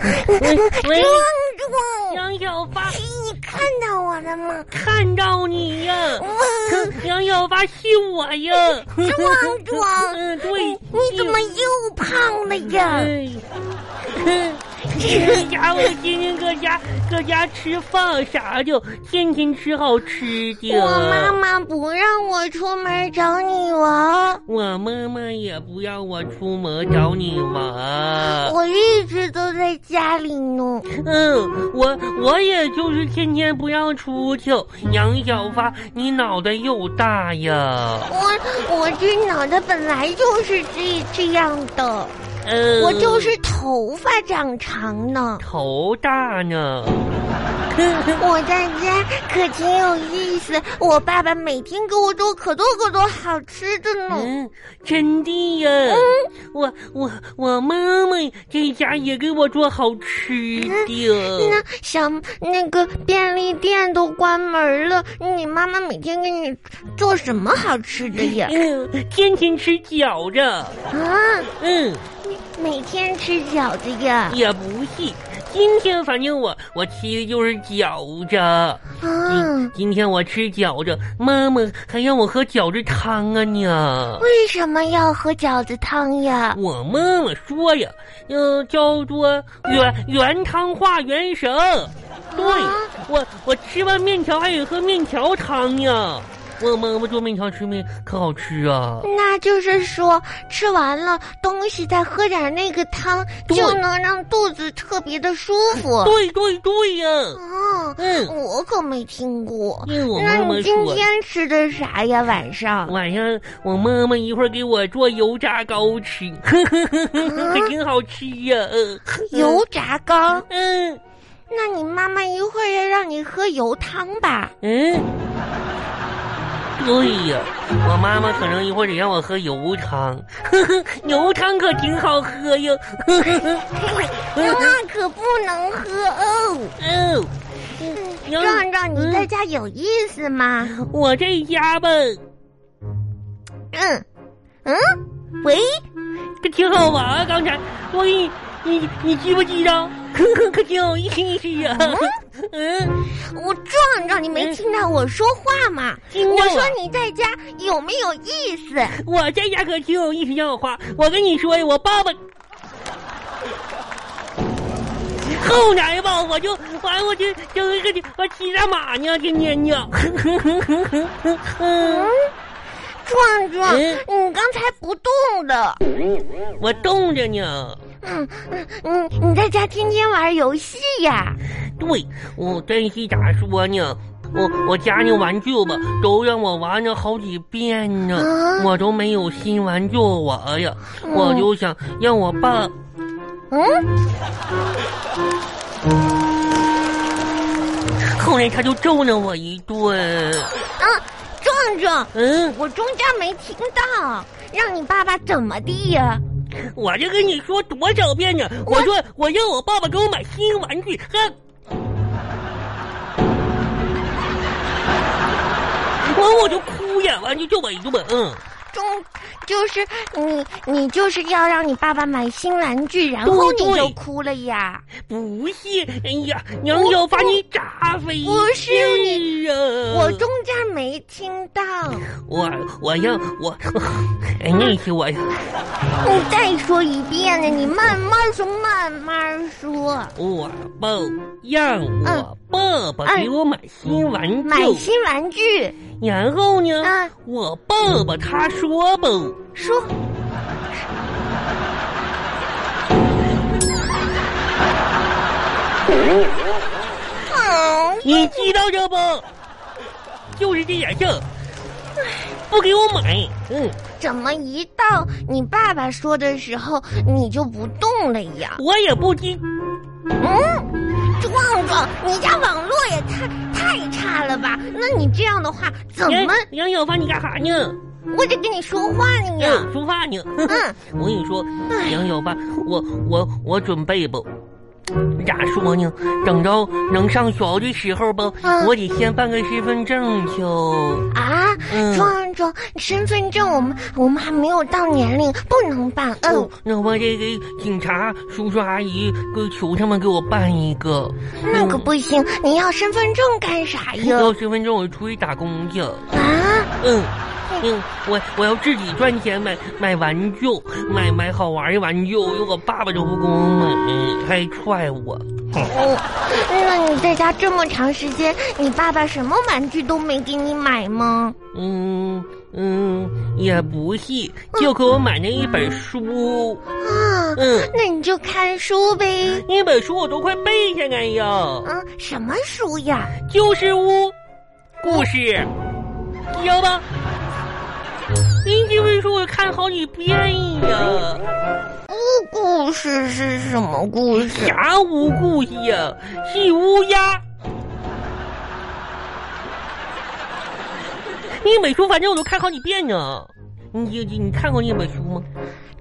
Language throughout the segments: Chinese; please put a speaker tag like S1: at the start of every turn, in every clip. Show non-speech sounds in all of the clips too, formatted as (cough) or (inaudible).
S1: 喂，
S2: 庄
S1: 杨小八，
S2: 主，你看到我了吗？
S1: 看到你呀，
S2: 嗯，
S1: 杨小八是我呀，
S2: 庄主，
S1: 嗯，对，
S2: 你怎么又胖了呀？
S1: 哎，哼，这哎家伙今天搁家搁家吃饭啥的，天天吃好吃的。
S2: 我妈妈不让我出门找你玩，
S1: 我妈妈也不让我出门找你玩。
S2: 我一直都在家里弄。
S1: 嗯，我我也就是天天不让出去。杨小发，你脑袋又大呀？
S2: 我我这脑袋本来就是这这样的，
S1: 嗯，
S2: 我就是头发长长
S1: (laughs)
S2: 呢。
S1: 头大呢。
S2: 我在家可挺有意思，我爸爸每天给我做可多可多好吃的呢。
S1: 嗯，真的呀。我我我妈妈这家也给我做好吃的。
S2: 那小那个便利店都关门了，你妈妈每天给你做什么好吃的
S1: (laughs)
S2: 呀？
S1: 嗯，天天吃饺子。
S2: 啊，
S1: 嗯，
S2: 每天吃饺子呀？
S1: 也不是。今天反正我我吃的就是饺子。
S2: 啊
S1: 今，今天我吃饺子，妈妈还让我喝饺子汤啊呢。
S2: 为什么要喝饺子汤呀？
S1: 我妈妈说呀，嗯，叫做原原汤化原神。对
S2: 啊，
S1: 我我吃完面条还得喝面条汤呀。我妈妈做面条吃面可好吃啊。
S2: 那就是说，吃完了东西再喝点那个汤，
S1: 对
S2: 就能让肚子特别的舒服。
S1: 对对对呀，
S2: 哦，
S1: 嗯，
S2: 我可没听过。
S1: 因为嗯我
S2: 嗯那
S1: 妈妈
S2: 你今
S1: 说。
S2: 天吃的啥呀？晚上？
S1: 晚上我妈妈一会儿给我做油炸糕吃， (laughs) 可挺好吃呀、嗯
S2: 油炸糕？
S1: 嗯
S2: 那你妈妈一会儿要让你喝油汤吧？
S1: 嗯，对呀、我妈妈可能一会儿得让我喝油汤， (laughs) 油汤可挺好喝呀。嗯
S2: 那可不能喝哦。
S1: (laughs) 哦，杨
S2: 壮壮，你
S1: 嗯
S2: 在家有意思吗？
S1: 我这家吧，
S2: 嗯，嗯，喂，
S1: 可挺好玩啊。刚才我给你，你你记不记得？ (laughs) 可挺有意思呀、 (laughs) 嗯，
S2: 我壮壮，你没
S1: 嗯
S2: 听到我说话吗？
S1: 听
S2: 我
S1: 到
S2: 说
S1: 了
S2: 你在家有没有意思？
S1: 我这家可挺有意思，让我花。我跟你说呀，我爸爸后来吧，我就完，我就就一个我骑着马呢，天天呢。 (laughs)
S2: 嗯，壮壮，
S1: 嗯
S2: 你刚才不动的。
S1: 我冻着呢。
S2: 嗯嗯，你你在家天天玩游戏呀？
S1: 对，我真是咋说呢？我我家那玩具吧，都让我玩了好几遍呢，
S2: 啊
S1: 我都没有新玩具玩呀。我就想让我爸，
S2: 嗯，
S1: 后来他就揍了我一顿。
S2: 啊，壮壮，
S1: 嗯。
S2: 我中间没听到，让你爸爸怎么地呀？
S1: 我就跟你说多少遍呢？
S2: 我
S1: 我说我让我爸爸给我买新玩具，哼！我我就哭呀，完就就我一顿，嗯，
S2: 中就是你，你就是要让你爸爸买新玩具，然后
S1: 对
S2: 你就
S1: 对
S2: 哭了呀？
S1: 不是，哎呀，娘要把你炸飞！
S2: 不是
S1: 你呀，
S2: 我中间没听到，你
S1: 我我让我，哎，那是我呀，
S2: 再说一遍呢，你慢慢说，慢慢说。
S1: 我爸让我爸爸给我买新玩具，
S2: 嗯买新玩具，
S1: 然后呢，
S2: 嗯
S1: 我爸爸他说吧。
S2: 说嗯
S1: 你知道这不？就是这点事儿，不给我买。嗯，
S2: 怎么一到你爸爸说的时候，你就不动了呀？
S1: 我也不知。
S2: 嗯，壮壮，你家网络也太太差了吧？那你这样的话，怎么
S1: 哎杨小发，你干啥呢？
S2: 我得跟你说话呢呀？
S1: (laughs) 嗯，说话呢。
S2: 嗯
S1: 我跟你说
S2: 哎，
S1: 杨小发，我我我准备不，咋说呢？等到能上学的时候吧，
S2: 嗯
S1: 我得先办个身份证去。
S2: 啊，
S1: 嗯
S2: 壮壮，身份证我们我们还没有到年龄，不能办。
S1: 哦
S2: 嗯，
S1: 那我得给警察叔叔阿姨、给求他们给我办一个。
S2: 那可不行，你要身份证干啥呀？
S1: 要身份证，我出去打工去。
S2: 啊，
S1: 嗯，嗯，我我要自己赚钱买买玩具，买买好玩的玩具，因为我爸爸都不给我买，还踹我。
S2: 哦，那你在家这么长时间，你爸爸什么玩具都没给你买吗？
S1: 嗯嗯，也不是，就给我买那一本书。
S2: 啊，
S1: 嗯，
S2: 那你就看书呗。
S1: 那本书我都快背下来呀，
S2: 啊，什么书呀？
S1: 就是屋故事，知道吧？你这本书我看好几遍呀。
S2: 故事是什么故事？
S1: 啥无故事呀？是乌鸦。那本书反正我都看好几遍呢。你你你看过那本书吗？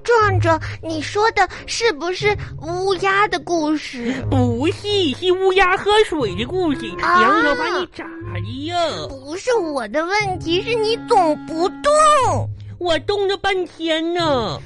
S2: 壮壮，你说的是不是乌鸦的故事？
S1: 不是，是乌鸦喝水的故事。
S2: 啊
S1: 杨小把你咋的呀？
S2: 不是我的问题，是你总不动。
S1: 我动了半天呢。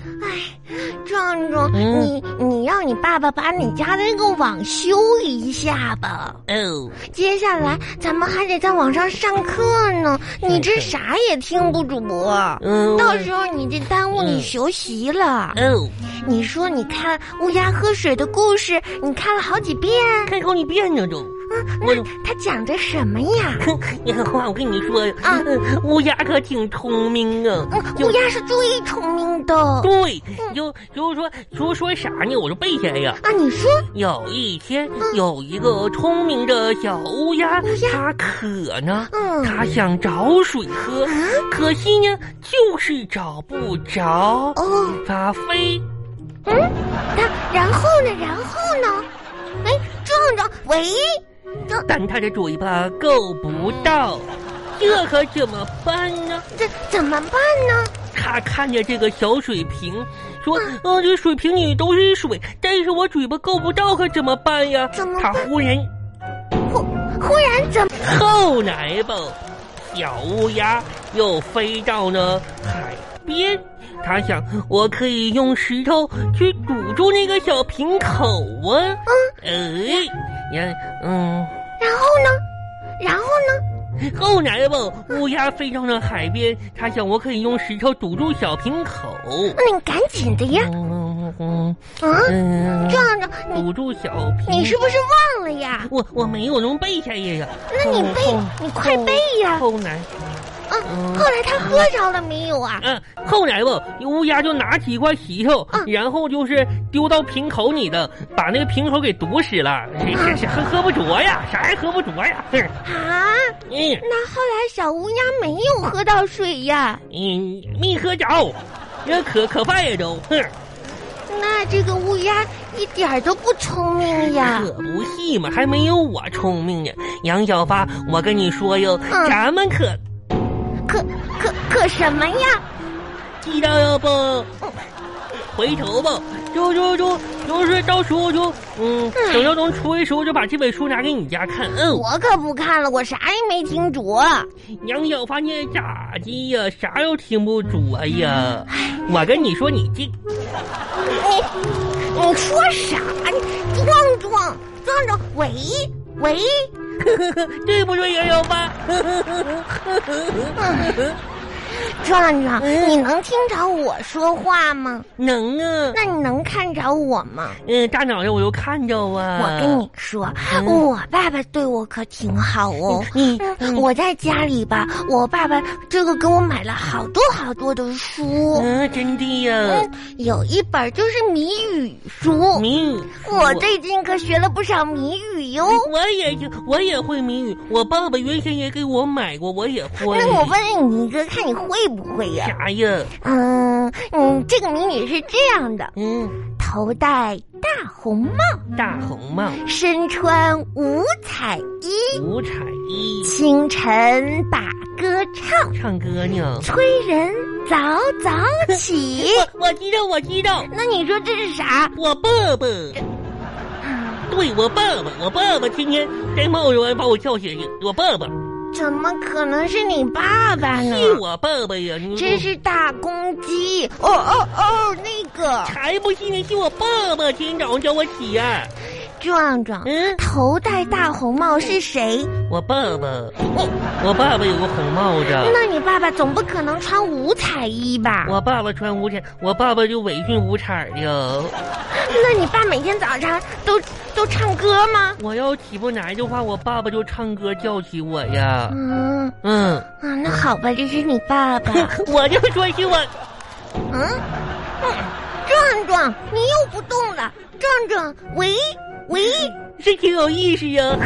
S2: 壮壮，
S1: 嗯
S2: 你你让你爸爸把你家的那个网修一下吧。
S1: 哦，
S2: 接下来咱们还得在网上上课呢，你这
S1: 是
S2: 啥也听不主播。
S1: 嗯，
S2: 到时候你这耽误你
S1: 嗯
S2: 学习了。
S1: 哦，
S2: 你说你看乌鸦喝水的故事，你看了好几遍，啊
S1: 看好几遍呢都。我 (laughs)
S2: 那它讲的什么呀？
S1: 你看话，我跟你说
S2: 啊
S1: 嗯乌鸦可挺聪明啊。
S2: 嗯，
S1: 就
S2: 乌鸦是最聪明的啊！
S1: (laughs) 对，就就是说，说说啥呢？我就背下来呀。
S2: 啊你说
S1: 有一天，
S2: 嗯
S1: 有一个聪明的小乌鸦，它渴呢，
S2: 嗯啊
S1: 它想找水喝，可惜呢，就是找不着。
S2: 哦，
S1: 它飞，
S2: 嗯，那然后呢？然后呢？哎，壮壮，喂，壮，
S1: 但它的嘴巴够不到，这可怎么办呢？
S2: 这怎么办呢？
S1: 它看着这个小水瓶，说：“嗯，这水瓶里都是水，但是我嘴巴够不到，可怎么办呀？”
S2: 怎么
S1: 它
S2: 办
S1: 忽然
S2: 忽忽然怎么？
S1: 后来吧，小乌鸦又飞到了海边，它想我可以用石头去堵住那个小瓶口啊。嗯，哎，呀，嗯。
S2: 然后呢？然后呢？
S1: 后来吧，乌鸦飞到了海边，它想我可以用石头堵住小瓶口。
S2: 那你赶紧的呀！
S1: 嗯嗯
S2: 啊，
S1: 嗯，
S2: 壮壮，你
S1: 堵住小瓶。
S2: 你是不是忘了呀？
S1: 我我没有能背下来呀。
S2: 那你背
S1: 后，
S2: 你快背呀！
S1: 后来。
S2: 啊，
S1: 嗯
S2: 后来他喝着了没有啊？
S1: 嗯，后来吧，乌鸦就拿起一块石头，
S2: 嗯
S1: 然后就是丢到瓶口里的，把那个瓶口给堵死了。谁
S2: 嗯
S1: 谁谁喝喝不着呀，啥也喝不着呀。哼
S2: 啊，
S1: 嗯
S2: 那后来小乌鸦没有喝到水呀？
S1: 嗯，没喝着，那可可坏呀都。哼，
S2: 那这个乌鸦一点儿都不聪明呀！
S1: 可不是嘛，还没有我聪明呢。杨小发，我跟你说哟，
S2: 嗯
S1: 咱们可
S2: 可可可什么呀？
S1: 知道了不？回头吧，就就就就是到时候就嗯，
S2: 嗯
S1: 等到能出的时候就把这本书拿给你家看。嗯。
S2: 我可不看了，我啥也没听着。
S1: 杨小发现咋的呀？啥都听不着呀！我跟你说，你这
S2: 哎你你说啥？你壮壮壮壮，喂喂，
S1: 对不对，杨小发？
S2: 壮壮，
S1: 嗯
S2: 你能听着我说话吗？
S1: 能啊，
S2: 那你能看着我吗？
S1: 嗯，大脑袋我又看着啊。
S2: 我跟你说，
S1: 嗯
S2: 我爸爸对我可挺好哦。
S1: 你
S2: 嗯我在家里吧，我爸爸这个给我买了好多好多的书，
S1: 嗯，真的呀，
S2: 嗯，有一本就是谜语书，
S1: 谜语。嗯
S2: 我最近可学了不少谜语哟。
S1: 我也我也会谜语，我爸爸原先也给我买过，我也会。
S2: 那哎我问你一个，看你会不会呀、
S1: 啥呀？
S2: 嗯嗯，这个谜语是这样的：
S1: 嗯，
S2: 头戴大红帽，
S1: 大红帽，
S2: 身穿五彩衣，
S1: 五彩衣，
S2: 清晨把歌唱，
S1: 唱歌呢。
S2: 催人早早
S1: (laughs)
S2: 起。
S1: 我我知道，我知道，
S2: 那你说这是啥？
S1: 我爸爸。
S2: 啊
S1: 对我爸爸，我爸爸今天在帽子上把我叫醒，我爸爸
S2: 怎么可能是你爸爸呢？
S1: 是我爸爸呀！你
S2: 这是大公鸡！哦哦哦，那个
S1: 才不信呢，是我爸爸今天早上叫我起呀、
S2: 壮壮，
S1: 嗯，
S2: 头戴大红帽是谁？
S1: 我爸爸，
S2: 你，
S1: 我爸爸有个红帽子。
S2: 那你爸爸总不可能穿五彩衣吧？
S1: 我爸爸穿五彩，我爸爸就伪训五彩的呀。
S2: 那你爸每天早上都都唱歌吗？
S1: 我要起不来的话，我爸爸就唱歌叫起我呀。
S2: 嗯 (laughs)
S1: 嗯，
S2: 啊，那好吧，这是你爸 (laughs) 爸。
S1: 我就说是我，
S2: 嗯，嗯壮壮，你又不动了。壮壮，喂喂，
S1: 是挺有意思呀。 (laughs)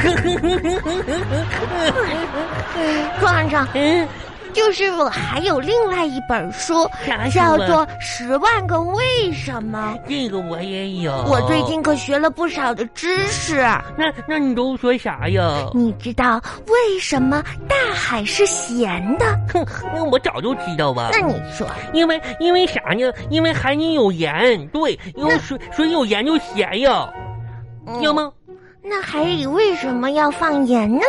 S2: 壮壮，
S1: 嗯，
S2: 就是我还有另外一本书，
S1: 啥书
S2: 叫
S1: 啊
S2: 做《十万个为什么
S1: 这个我也有。》。
S2: 我最近可学了不少的知识。
S1: 那那你都说啥呀？
S2: 你知道为什么大海是咸的？
S1: 哼，那我早就知道吧
S2: 那。你说，
S1: 因为因为啥呢？因为海里有盐，对，有水水有盐就咸呀，
S2: 嗯
S1: 要吗？
S2: 那海里为什么要放盐呢？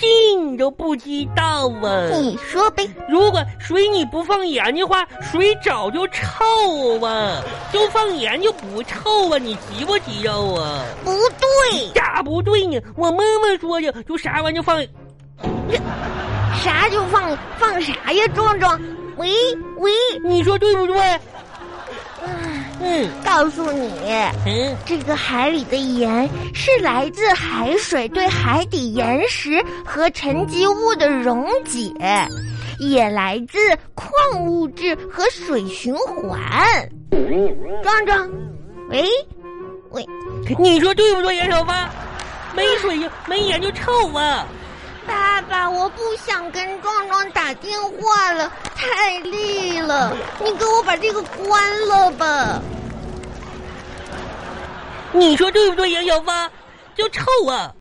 S1: 这你都不知道啊！
S2: 你说呗。
S1: 如果水你不放盐的话，水早就臭啊，就放盐就不臭啊，你急不急道啊？
S2: 不对，
S1: 咋不对呢？我妈妈说的，就啥玩意儿就放，
S2: 啥就放放啥呀，壮壮。喂喂，
S1: 你说对不对？
S2: 唉
S1: 嗯
S2: 告诉你，
S1: 嗯，
S2: 这个海里的盐是来自海水对海底岩石和沉积物的溶解，也来自矿物质和水循环。壮壮，喂喂，
S1: 你说对不对，杨小发？没水就没盐就臭啊！
S2: 爸爸，我不想跟壮壮打电话了，太累了，你给我把这个关了吧。
S1: 你说对不对，杨小发？就臭啊！